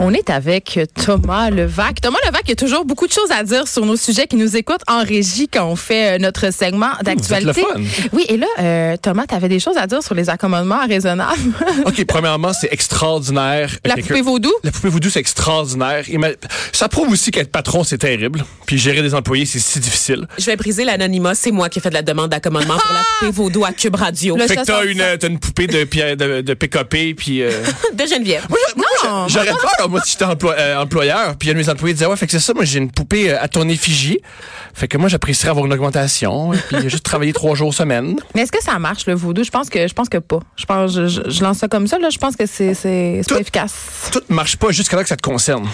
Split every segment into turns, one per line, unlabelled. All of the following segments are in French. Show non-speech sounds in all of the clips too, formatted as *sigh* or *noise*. On est avec Thomas Levac. Thomas Levac, il y a toujours beaucoup de choses à dire sur nos sujets qui nous écoutent en régie quand on fait euh, notre segment d'actualité.
vous êtes le
Oui, et là, euh, Thomas, tu avais des choses à dire sur les accommodements raisonnables.
*laughs* OK, premièrement, c'est extraordinaire.
La
Quelqu'un-
poupée vaudou?
La poupée vaudou, c'est extraordinaire. Et ma- Ça prouve aussi qu'être patron, c'est terrible. Puis gérer des employés, c'est si difficile.
Je vais briser l'anonymat. C'est moi qui ai fait de la demande d'accommodement pour la poupée vaudou à Cube Radio.
Ah! Le-
Fait que t'as
65.
une, t'as une poupée de, pierre- de, de PKP,
*laughs*
puis... euh,
de Geneviève.
Moi, j'a- moi,
Non,
j'a- j'aurais peur, moi, si j'étais emploi- euh, employeur. Puis un de mes employés disait, ouais, fait que c'est ça, moi, j'ai une poupée euh, à ton effigie. Fait que moi, j'apprécierais avoir une augmentation. Et puis juste travailler trois jours semaine.
Mais est-ce que ça marche, le vaudou? Je pense que je pense que pas. Je pense je, je- je lance ça comme ça, là. Je pense que c'est c'est- c'est pas
Tout-
efficace.
Tout marche pas jusqu'à là que ça te concerne.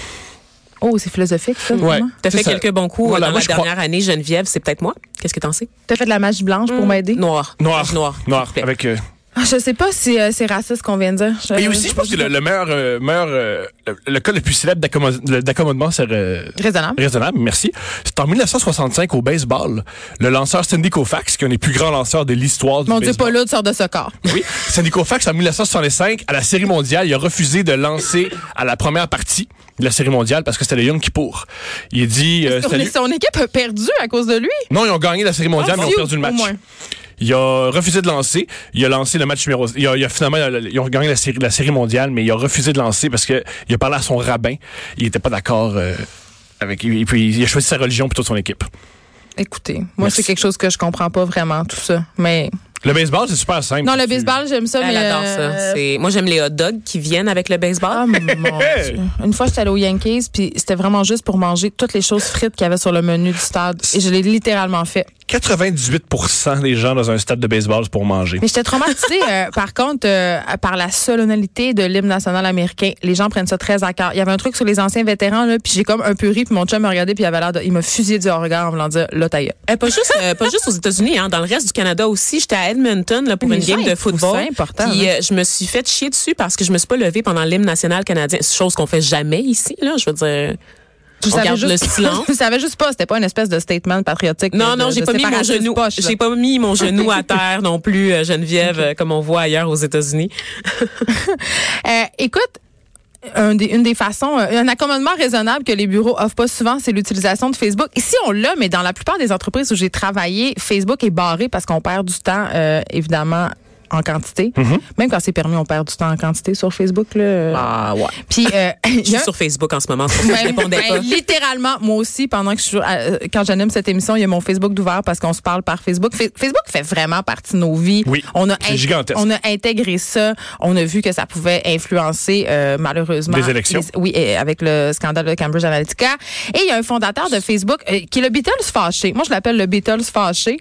Oh, c'est philosophique, ça.
Ouais.
vraiment.
T'as
C'est
fait
ça.
quelques bons coups euh,
Voilà,
dans
moi,
la
je crois-
dernière année, Geneviève. C'est peut-être moi. Qu'est-ce que t'en sais?
T'as fait de la magie blanche
Mm,
pour m'aider?
Noir.
Noir.
Noir.
Noir.
s'il te plaît.
Avec... euh,
Ah, Je sais pas si euh, c'est raciste qu'on vient de dire.
Et aussi, je pense que le, le meilleur, euh, meilleur, euh, le, le cas le plus célèbre d'accommo- le- d'accommodement c'est, euh,
Raisonnable.
raisonnable, merci. C'est en 1965 au baseball. Le lanceur Sandy Koufax, qui est un des plus grands lanceurs de l'histoire du
Mon Dieu,
baseball.
pas là, tu sors de ce corps.
Oui, Sandy Koufax, en 1965, à la Série mondiale, il a refusé de lancer à la première partie de la Série mondiale parce que c'était le Young Kippour. Il a dit...
*laughs*
euh, salut.
Son équipe a perdu à cause de lui.
Non, ils ont gagné la Série mondiale,
Ah,
mais ils
si,
ont perdu
au-
le match.
au moins.
Il a refusé de lancer. Il a lancé le match numéro. Il a, il a finalement, ils ont gagné la série, la série mondiale, mais il a refusé de lancer parce que il a parlé à son rabbin. Il était pas d'accord euh, avec. Et puis il a choisi sa religion plutôt que son équipe.
Écoutez, moi,
Merci.
c'est quelque chose que je comprends pas vraiment, tout ça. Mais.
Le baseball, c'est super simple.
Non, le
Tu-
baseball, j'aime ça, mais.
Elle adore
euh,
ça. C'est- Moi, j'aime les hot dogs qui viennent avec le
Ah, *laughs*
baseball.
mon Dieu. Une fois, j'étais allée aux Yankees, puis c'était vraiment juste pour manger toutes les choses frites qu'il y avait sur le menu du stade. Et je l'ai littéralement fait.
98% des gens dans un stade de baseball c'est pour manger.
Mais j'étais traumatisée, euh, par contre, euh, par la solennité de l'hymne national américain. Les gens prennent ça très à cœur. Il y avait un truc sur les anciens vétérans, là, puis j'ai comme un peu ri, puis mon chum me regardait, puis il avait l'air de- Il m'a fusillé du regard en voulant dire, là, ta gueule.
Euh, pas juste, euh, pas juste aux États-Unis, hein, dans le reste du Canada aussi. J'étais à Edmonton là, pour
Les
une
gens,
game de
ils trouvent
football.
ça important,
Puis,
hein.
euh, je me suis fait chier dessus parce que je me suis pas levée pendant l'hymne national canadien, chose qu'on fait jamais ici. Là, je veux dire,
Tu
on
savais
garde
*laughs*
le silence.
Tu savais juste pas, c'était pas une espèce de statement patriotique.
Non,
de-
non,
de-
j'ai
de
pas mis mon
séparatisme
genou.
poche, là.
J'ai pas
*laughs*
mis mon genou à terre non plus, euh, Geneviève, euh, comme on voit ailleurs aux États-Unis.
Euh, écoute, un des- une des façons, euh, un accommodement raisonnable que les bureaux offrent pas souvent, c'est l'utilisation de Facebook. Ici, on l'a, mais dans la plupart des entreprises où j'ai travaillé, Facebook est barré parce qu'on perd du temps, euh, évidemment, en quantité.
Mm-hmm.
Même quand c'est permis, on perd du temps en quantité sur Facebook. Là.
Ah ouais.
Puis, euh, *laughs* il
Je
y
suis
a-
sur Facebook en ce moment, c'est pour *laughs* ça que je
Ben,
répondais
ben,
pas.
littéralement, moi aussi, pendant que je suis, euh, quand j'anime cette émission, il y a mon Facebook d'ouvert parce qu'on se parle par Facebook. Fa- Facebook fait vraiment partie de nos vies.
Oui,
on a
c'est
int-
gigantesque.
On a intégré ça. On a vu que ça pouvait influencer euh, malheureusement
Des élections.
les- oui, et avec le scandale de Cambridge Analytica. Et il y a un fondateur de Facebook euh, qui est le Beatles fâché. Moi, je l'appelle le Beatles fâché,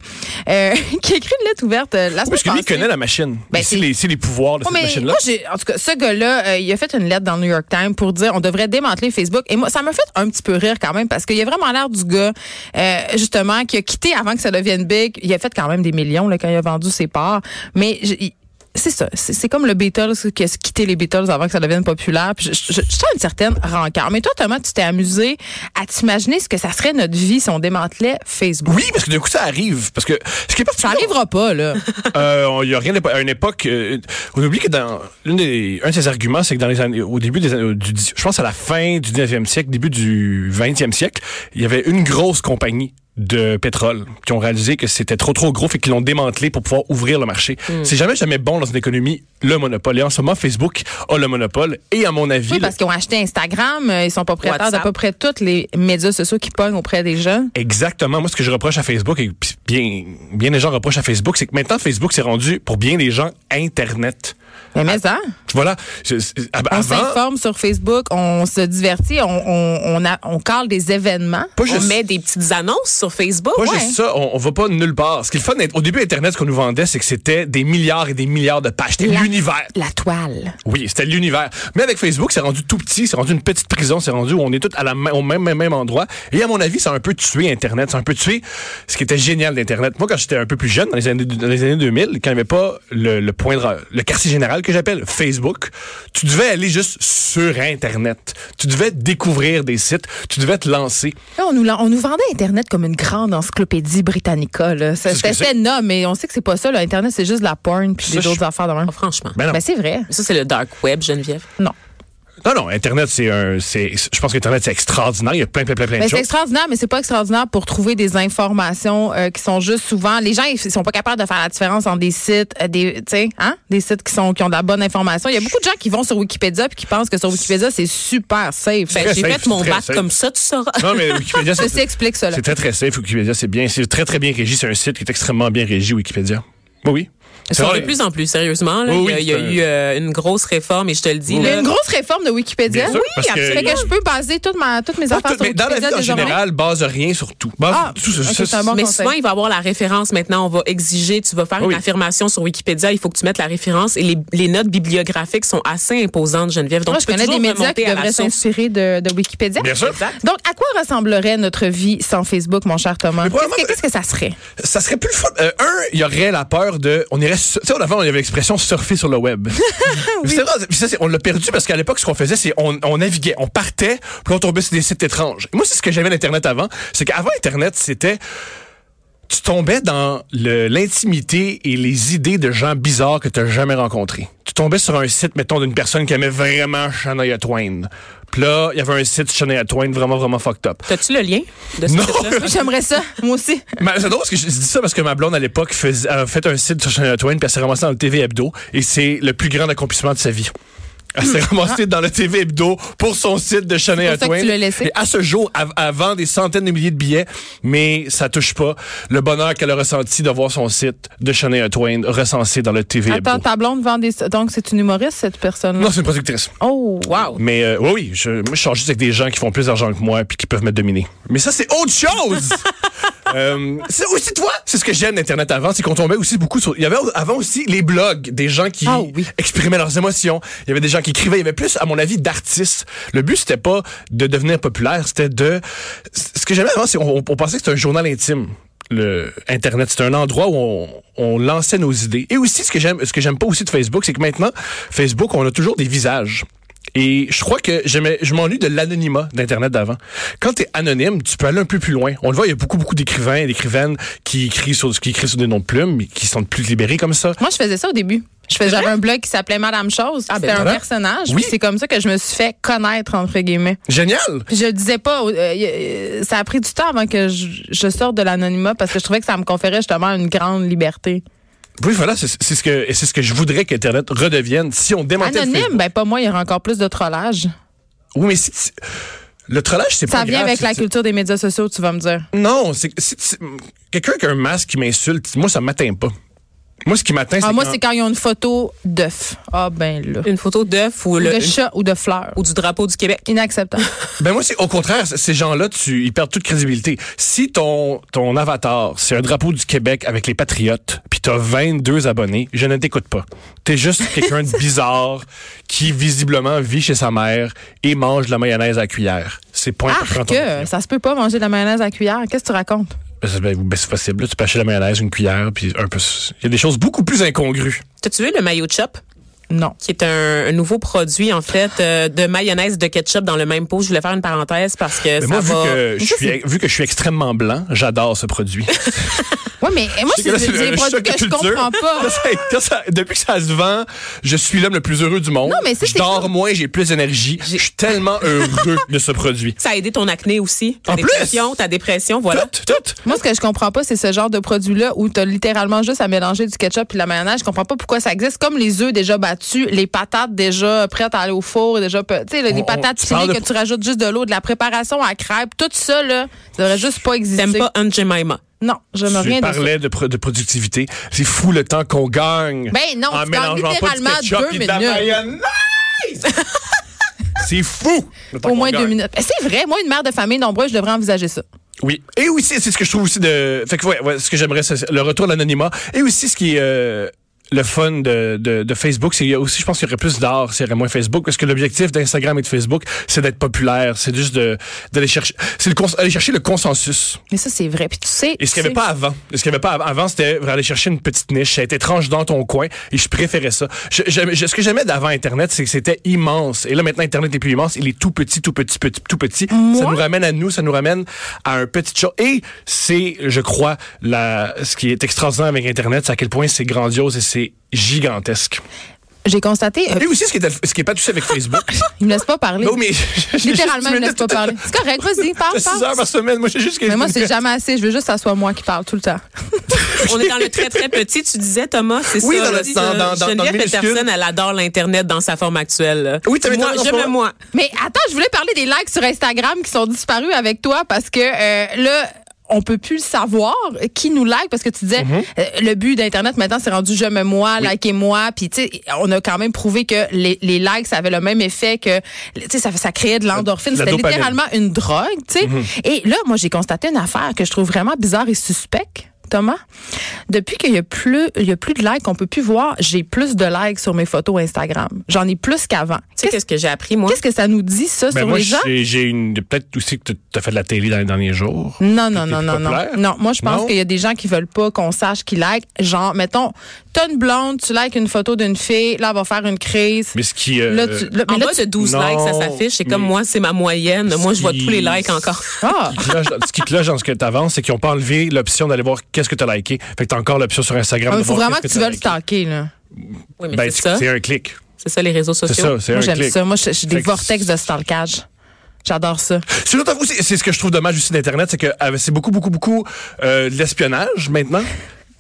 euh, *laughs* qui a écrit une lettre ouverte euh, la semaine
Parce que lui, il
passée.
connaît la machine.
Ben, c'est-
c'est les, c'est les pouvoirs de
Oh,
cette
mais
machine-là.
moi, j'ai, en tout cas, ce gars-là, euh, il a fait une lettre dans le New York Times pour dire on devrait démanteler Facebook. Et moi, ça m'a fait un petit peu rire quand même parce qu'il y a vraiment l'air du gars, euh, justement, qui a quitté avant que ça devienne big. Il a fait quand même des millions là, quand il a vendu ses parts. Mais j- il- c'est ça. C'est, c'est comme le Beatles qui a quitté les Beatles avant que ça devienne populaire. Puis je, je- je sens une certaine rancœur. Mais toi, Thomas, tu t'es amusé à t'imaginer ce que ça serait notre vie si on démantelait Facebook.
Oui, parce que d'un coup, ça arrive. Parce que ce qui est
Ça
particulier-
arrivera pas,
*laughs*
là.
Euh, on- Il y a rien d'épo- à une époque. euh, on oublie que dans l'une des- un de ses arguments, c'est que dans les années, au début des années, du, dix- je pense à la fin du 19e siècle, début du 20e siècle, il y avait une grosse compagnie de pétrole qui ont réalisé que c'était trop trop gros et qu'ils l'ont démantelé pour pouvoir ouvrir le marché.
Hmm.
C'est jamais jamais bon dans une économie le monopole. Et en ce moment, Facebook a le monopole. Et à mon avis,
Oui, parce qu'ils ont acheté Instagram, euh, ils sont propriétaires d'à
WhatsApp.
peu près tous les médias sociaux qui pognent auprès des jeunes.
Exactement. Moi, ce que je reproche à Facebook, et puis bien, bien des gens reprochent à Facebook, c'est que maintenant, Facebook s'est rendu, pour bien des gens, Internet.
Mais mais
Ah.
ça,
Voilà. Je- je- av-
on
avant,
s'informe sur Facebook, on se divertit, on, on, on, a- on cale des événements.
pas
On
juste-
met des petites annonces sur Facebook.
Pas
Ouais.
juste ça, on, on va pas nulle part. Ce qui est le fun, au début, Internet, ce qu'on nous vendait, c'est que c'était des milliards et des milliards de pages. C'était
La-
l'univers.
La toile.
Oui, c'était l'univers. Mais avec Facebook, c'est rendu tout petit, c'est rendu une petite prison, c'est rendu où on est tous à la ma- au même, même, même endroit. Et à mon avis, ça a un peu tué Internet, ça a un peu tué ce qui était génial d'Internet. Moi, quand j'étais un peu plus jeune, dans les années, dans les années 2000, quand il n'y avait pas le, le point de, ra- le quartier générale que j'appelle Facebook, tu devais aller juste sur Internet. Tu devais découvrir des sites. Tu devais te lancer.
Là, on, nous, lan- on nous vendait Internet comme une grande encyclopédie britannica. là. Ça-
C'est ce que
C'était
c'est.
énorme, mais on sait que c'est pas ça. là. Internet, c'est juste de la porn puis
Ça,
des
je-
autres affaires de même.
Ah, franchement.
Ben non.
Ben, c'est vrai.
ça, c'est le dark web, Geneviève.
Non.
Non, non, Internet, c'est un. c'est- Je pense qu'Internet, c'est extraordinaire. Il y a plein, plein, plein, plein
Mais Ben,
de
c'est
choses.
extraordinaire, mais c'est pas extraordinaire pour trouver des informations euh, qui sont juste souvent. Les gens, ils f- sont pas capables de faire la différence entre des sites, euh, des, tu sais, hein, des sites qui sont qui ont de la bonne information. Il y a beaucoup de gens qui vont sur Wikipédia puis qui pensent que sur Wikipédia c'est super safe.
Très
Ben, j'ai
safe,
fait mon
très
bac
safe.
comme ça, tu sauras. *laughs*
Non, mais
*laughs*
Wikipédia,
Ceci
c'est.
explique cela.
C'est très, très safe. Wikipédia, c'est bien. C'est très, très bien régi. C'est un site qui est extrêmement bien régi, Wikipédia. Oui, oui.
Ils
C'est
sont
vrai.
de plus en plus, sérieusement. là.
Oui,
il y a,
oui,
il y a
c'est un-
eu euh, une grosse réforme et je te le dis.
Il y a
Là,
une grosse réforme de Wikipédia.
Bien sûr, parce que-
Fait que je peux baser toutes, ma, toutes mes
Pas
affaires
tout,
sur
mais dans la
Ah, Wikipédia
vie en
désormais.
général, base rien sur tout. Base
Ah,
tout ça-
ok,
ça-
c'est un bon
mais
conseil.
souvent, il va avoir la référence maintenant. On va exiger, tu vas faire
Oui.
une affirmation sur Wikipédia, il faut que tu mettes la référence. Et les, les notes bibliographiques sont assez imposantes, Geneviève. Donc,
Moi, Ah,
tu
je
peux
connais des
toujours
médias qui
remonter à la
devraient
source.
s'inspirer de, de Wikipédia.
Bien sûr.
Donc, à quoi ressemblerait notre vie sans Facebook, mon cher Thomas?
Mais
Qu'est-ce
probablement-
que, qu'est-ce que ça serait?
Ça serait plus le fun. Euh, un, il y aurait la peur de. On irait. sur- Tu sais, avant, il y avait l'expression surfer sur le web. Puis c'est vrai, puis ça, c'est- on l'a perdu parce qu'à l'époque, ce qu'on faisait, c'est on, on naviguait, on partait, puis on tombait sur des sites étranges. Et moi, c'est ce que j'aimais d'Internet avant. C'est qu'avant Internet, c'était. Tu tombais dans le- l'intimité et les idées de gens bizarres que tu n'as jamais rencontrés. Tu tombais sur un site, mettons, d'une personne qui aimait vraiment Shania Twain. Puis là, il y avait un site Shania Twain vraiment, vraiment fucked up.
T'as-tu le lien de ce
Non.
site-là?
Moi, J'aimerais ça, moi aussi.
Ma- C'est drôle parce que je je dis ça parce que ma blonde à l'époque faisait- a fait un site sur Shania Twain puis elle s'est ramassée dans le TV Hebdo et c'est le plus grand accomplissement de sa vie. Elle s'est ramassée dans le TV Hebdo pour son site de
Hmm.
Shania
Ah. C'est pour ça que
Twain.
tu l'as laissé.
Et à ce jour, av- avant des centaines de milliers de billets, mais ça touche pas le bonheur qu'elle a ressenti de voir son site de Shania Twain recensé dans le TV
Attends,
Hebdo.
ta blonde vend des. Donc, c'est une humoriste, cette personne-là?
Non, c'est une productrice.
Oh, wow.
Mais euh, oui, oui, je, moi, je sors juste avec des gens qui font plus d'argent que moi puis qui peuvent me dominer. Mais ça, c'est
*laughs*
autre chose! Euh, c'est aussi toi, c'est ce que j'aime d'Internet avant, c'est qu'on tombait aussi beaucoup sur. Il y avait avant aussi les blogs, des gens qui
Ah oui.
exprimaient leurs émotions. Il y avait des gens qui écrivaient. Il y avait plus, à mon avis, d'artistes. Le but c'était pas de devenir populaire, c'était de. Ce que j'aimais avant, c'est on, on pensait que c'était un journal intime. Le Internet, c'est un endroit où on, on lançait nos idées. Et aussi, ce que j'aime, ce que j'aime pas aussi de Facebook, c'est que maintenant, Facebook, on a toujours des visages. Et je crois que j'aimais- je m'ennuie de l'anonymat d'Internet d'avant. Quand tu es anonyme, tu peux aller un peu plus loin. On le voit, il y a beaucoup, beaucoup d'écrivains et d'écrivaines qui écrivent sur, qui écrivent sur des noms de plumes, mais qui sont plus libérés comme ça.
Moi, je faisais ça au début. Je faisais, j'avais un blog qui s'appelait Madame Chose.
Ah, ben
C'était un
voilà.
personnage.
Oui.
puis C'est comme ça que je me suis fait connaître, entre guillemets.
Génial!
Puis je le disais pas, euh, euh, ça a pris du temps avant que je, je sorte de l'anonymat parce que je trouvais que ça me conférait justement une grande liberté.
Oui, voilà, c'est c'est ce que et c'est ce que je voudrais qu'Internet redevienne. Si on démantèle
Anonyme,
Facebook-
ben pas moi, il y aura encore plus de trollage.
Oui, mais si, si- le trollage, c'est pas
Ça vient
Ah, grave,
avec
c'est-
la
c'est-
culture des médias sociaux, tu vas me dire.
Non, c'est c'est- c'est- quelqu'un qui a un masque qui m'insulte, moi ça m'atteint pas. Moi ce qui m'atteint c'est
Ah, moi,
quand-
c'est quand ils ont une photo d'œuf. Ah, ben là.
Une photo d'œuf ou,
Ou
le-
de chat ou de fleur.
ou du drapeau du Québec.
Inacceptable.
Ben moi, c'est au contraire, c- ces gens-là, tu, ils perdent toute crédibilité. Si ton, ton avatar, c'est un drapeau du Québec avec les Patriotes, puis t'as 22 abonnés, je ne t'écoute pas. T'es juste quelqu'un de bizarre qui visiblement vit chez sa mère et mange de la mayonnaise à la cuillère. C'est point
Ah,
important.
que ça se peut pas manger de la mayonnaise à la cuillère. Qu'est-ce que tu racontes?
Ben, ben, c'est possible. là. tu peux acheter de la mayonnaise, une cuillère, puis un peu. Il y a des choses beaucoup plus incongrues.
T'as-tu vu le mayo chop?
Non.
qui est un, un nouveau produit en fait euh, de mayonnaise de ketchup dans le même pot. Je voulais faire une parenthèse parce que
Mais
ça
moi, vu
va.
que, je suis, vu que je suis extrêmement blanc, j'adore ce
*laughs*
produit.
Oui, mais eh, moi,
C'est que là,
c'est
c'est
des
un
produits
choc
que
de
je
culture.
comprends pas.
*laughs* Là, ça- là, ça- depuis que ça se vend, je suis l'homme le plus heureux du monde.
Non, mais ça,
je
c'est
dors
ça.
moins, j'ai plus d'énergie. Je suis tellement heureux de ce produit.
Ça a aidé ton acné aussi. Ta
En plus!
dépression, ta dépression, voilà.
Tout, tout.
Moi, ce que je comprends pas, c'est ce genre de produit-là où tu as littéralement juste à mélanger du ketchup et de la mayonnaise. Je comprends pas pourquoi ça existe. Comme les œufs déjà battus, les patates déjà prêtes à aller au four, déjà, pe- tu sais, là, les
On-
patates
tu parles
pilées
de-
que tu rajoutes juste de l'eau, de la préparation à crêpes, tout ça, là, ça devrait juste pas exister.
T'aimes pas un Jemima.
Non, je me
Tu
rien de ça.
parlais de, pro- de productivité. C'est fou le temps qu'on gagne.
Ben non,
en
tu gagnes
mélangeant pas du
littéralement
ketchup
deux
et de la
minutes.
mayonnaise.
*laughs*
C'est fou! le temps
Au
qu'on
moins deux
gagne.
minutes. C'est vrai, moi, une mère de famille nombreuse, je devrais envisager ça.
Oui. Et aussi, c'est ce que je trouve aussi de. Fait que ouais, ouais, ce que j'aimerais, c'est le retour à l'anonymat. Et aussi ce qui est. euh, le fun de, de, de Facebook, c'est il y a aussi, je pense qu'il y aurait plus d'art s'il y aurait moins Facebook, parce que l'objectif d'Instagram et de Facebook, c'est d'être populaire, c'est juste de d'aller chercher, c'est le cons- aller chercher le consensus.
Mais ça, c'est vrai. Puis tu sais.
Et ce qu'il n'y
tu
avait pas avant, et ce qu'il n'y avait pas av- avant, c'était aller chercher une petite niche, être étrange dans ton coin, et je préférais ça. Je- j'aimais- je- ce que j'aimais d'avant Internet, c'est que c'était immense, et là maintenant Internet est plus immense, il est tout petit, tout petit, petit, tout petit. Ça nous ramène à nous, ça nous ramène à un petit show. Et c'est, je crois, la, ce qui est extraordinaire avec Internet, c'est à quel point c'est grandiose et c'est gigantesque.
sais, J'ai constaté. euh,
Et aussi, ce qui est, ce qui est pas touché avec Facebook.
il me laisse pas parler.
Non, mais
Littéralement, il me laisse pas parler. C'est correct,
*laughs*
vas-y, *laughs* parle,
T'as 6 heures
parle.
par semaine. Moi, j'ai juste
Mais moi, c'est jamais assez. Je veux juste que ça soit moi qui parle tout le temps.
On est dans le très, très petit. Tu disais, Thomas, c'est
Oui,
ça.
dans le-
là.
dans- dans- dans- dans le
Geneviève
minuscule.
Peterson, elle adore l'Internet dans sa forme actuelle. là.
Oui, t'avais
Moi,
tendance
je
pour-
me moi.
Mais attends, je voulais parler des likes sur Instagram qui sont disparus avec toi parce que euh, là. On peut plus le savoir euh, qui nous like parce que tu disais
Mhm.
euh, le but d'internet maintenant c'est rendu je me moi likez-moi puis tu sais on a quand même prouvé que les, les likes ça avait le même effet que tu sais ça ça créait de l'endorphine
La
c'était
dopamine. Mhm.
littéralement une drogue tu sais et là moi j'ai constaté une affaire que je trouve vraiment bizarre et suspecte Thomas depuis qu'il y a plus il y a plus de likes on peut plus voir j'ai plus de likes sur mes photos Instagram j'en ai plus qu'avant
Tu sais, qu'est-ce que j'ai appris, moi?
Qu'est-ce que ça nous dit, ça,
Ben
sur
moi,
les gens?
j'ai j'ai une. Peut-être aussi que tu as fait de la télé dans les derniers jours.
Non, non,
T'es
non,
plus
non, non.
populaire?
Non, moi, je pense
Non?
qu'il y a des gens qui veulent pas qu'on sache qu'ils like. Genre, mettons, t'as une blonde, tu likes une photo d'une fille, là, elle va faire une crise.
Mais ce qui. euh,
là, tu, là, mais
En
là,
bas
tu-
de 12
Non,
likes, ça s'affiche. C'est comme
mais-
moi, c'est ma moyenne. Moi, je vois tous les likes encore.
Ah!
qui cloche- ce qui cloche dans ce que tu avances, c'est qu'ils n'ont pas enlevé l'option d'aller voir qu'est-ce que tu as liké. Fait que tu as encore l'option sur Instagram.
Il
de
Ah, faut
voir
vraiment que
qu'est-ce
tu
t'as
veuilles
liké.
stalker, là.
Oui, mais
Ben,
c'est ça.
c'est un clic.
C'est ça, les réseaux
C'est ça,
sociaux.
c'est un
Moi, j'aime
clic.
ça. Moi, je- j'ai des
Fait que-
vortex de stalkage. J'adore ça.
C'est l'autre affaire aussi- c'est ce que je trouve dommage aussi d'Internet, c'est que euh, c'est beaucoup, beaucoup, beaucoup euh, de l'espionnage maintenant.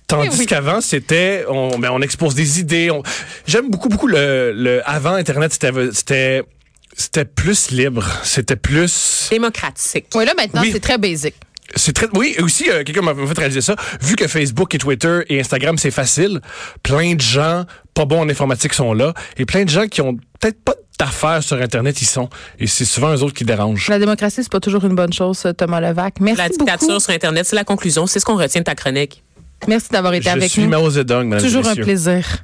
Tandis
Eh oui.
qu'avant, c'était, on, ben, on expose des idées. on- J'aime beaucoup, beaucoup le, le- avant Internet, c'était, c'était, c'était plus libre. C'était plus,
Démocratique.
Oui, là, maintenant,
Oui.
c'est très basic.
c'est très, oui, aussi, euh, quelqu'un m'a fait réaliser ça. Vu que Facebook et Twitter et Instagram, c'est facile, plein de gens pas bons en informatique sont là et plein de gens qui ont peut-être pas d'affaires sur Internet, ils sont. Et c'est souvent eux autres qui dérangent.
La démocratie, c'est pas toujours une bonne chose, Thomas Levac. Merci
La dictature
beaucoup.
sur Internet, c'est la conclusion. C'est ce qu'on retient de ta chronique.
Merci d'avoir été
Je
avec
suis
nous.
Mao Zedong, mesdames et
Toujours un
messieurs.
plaisir.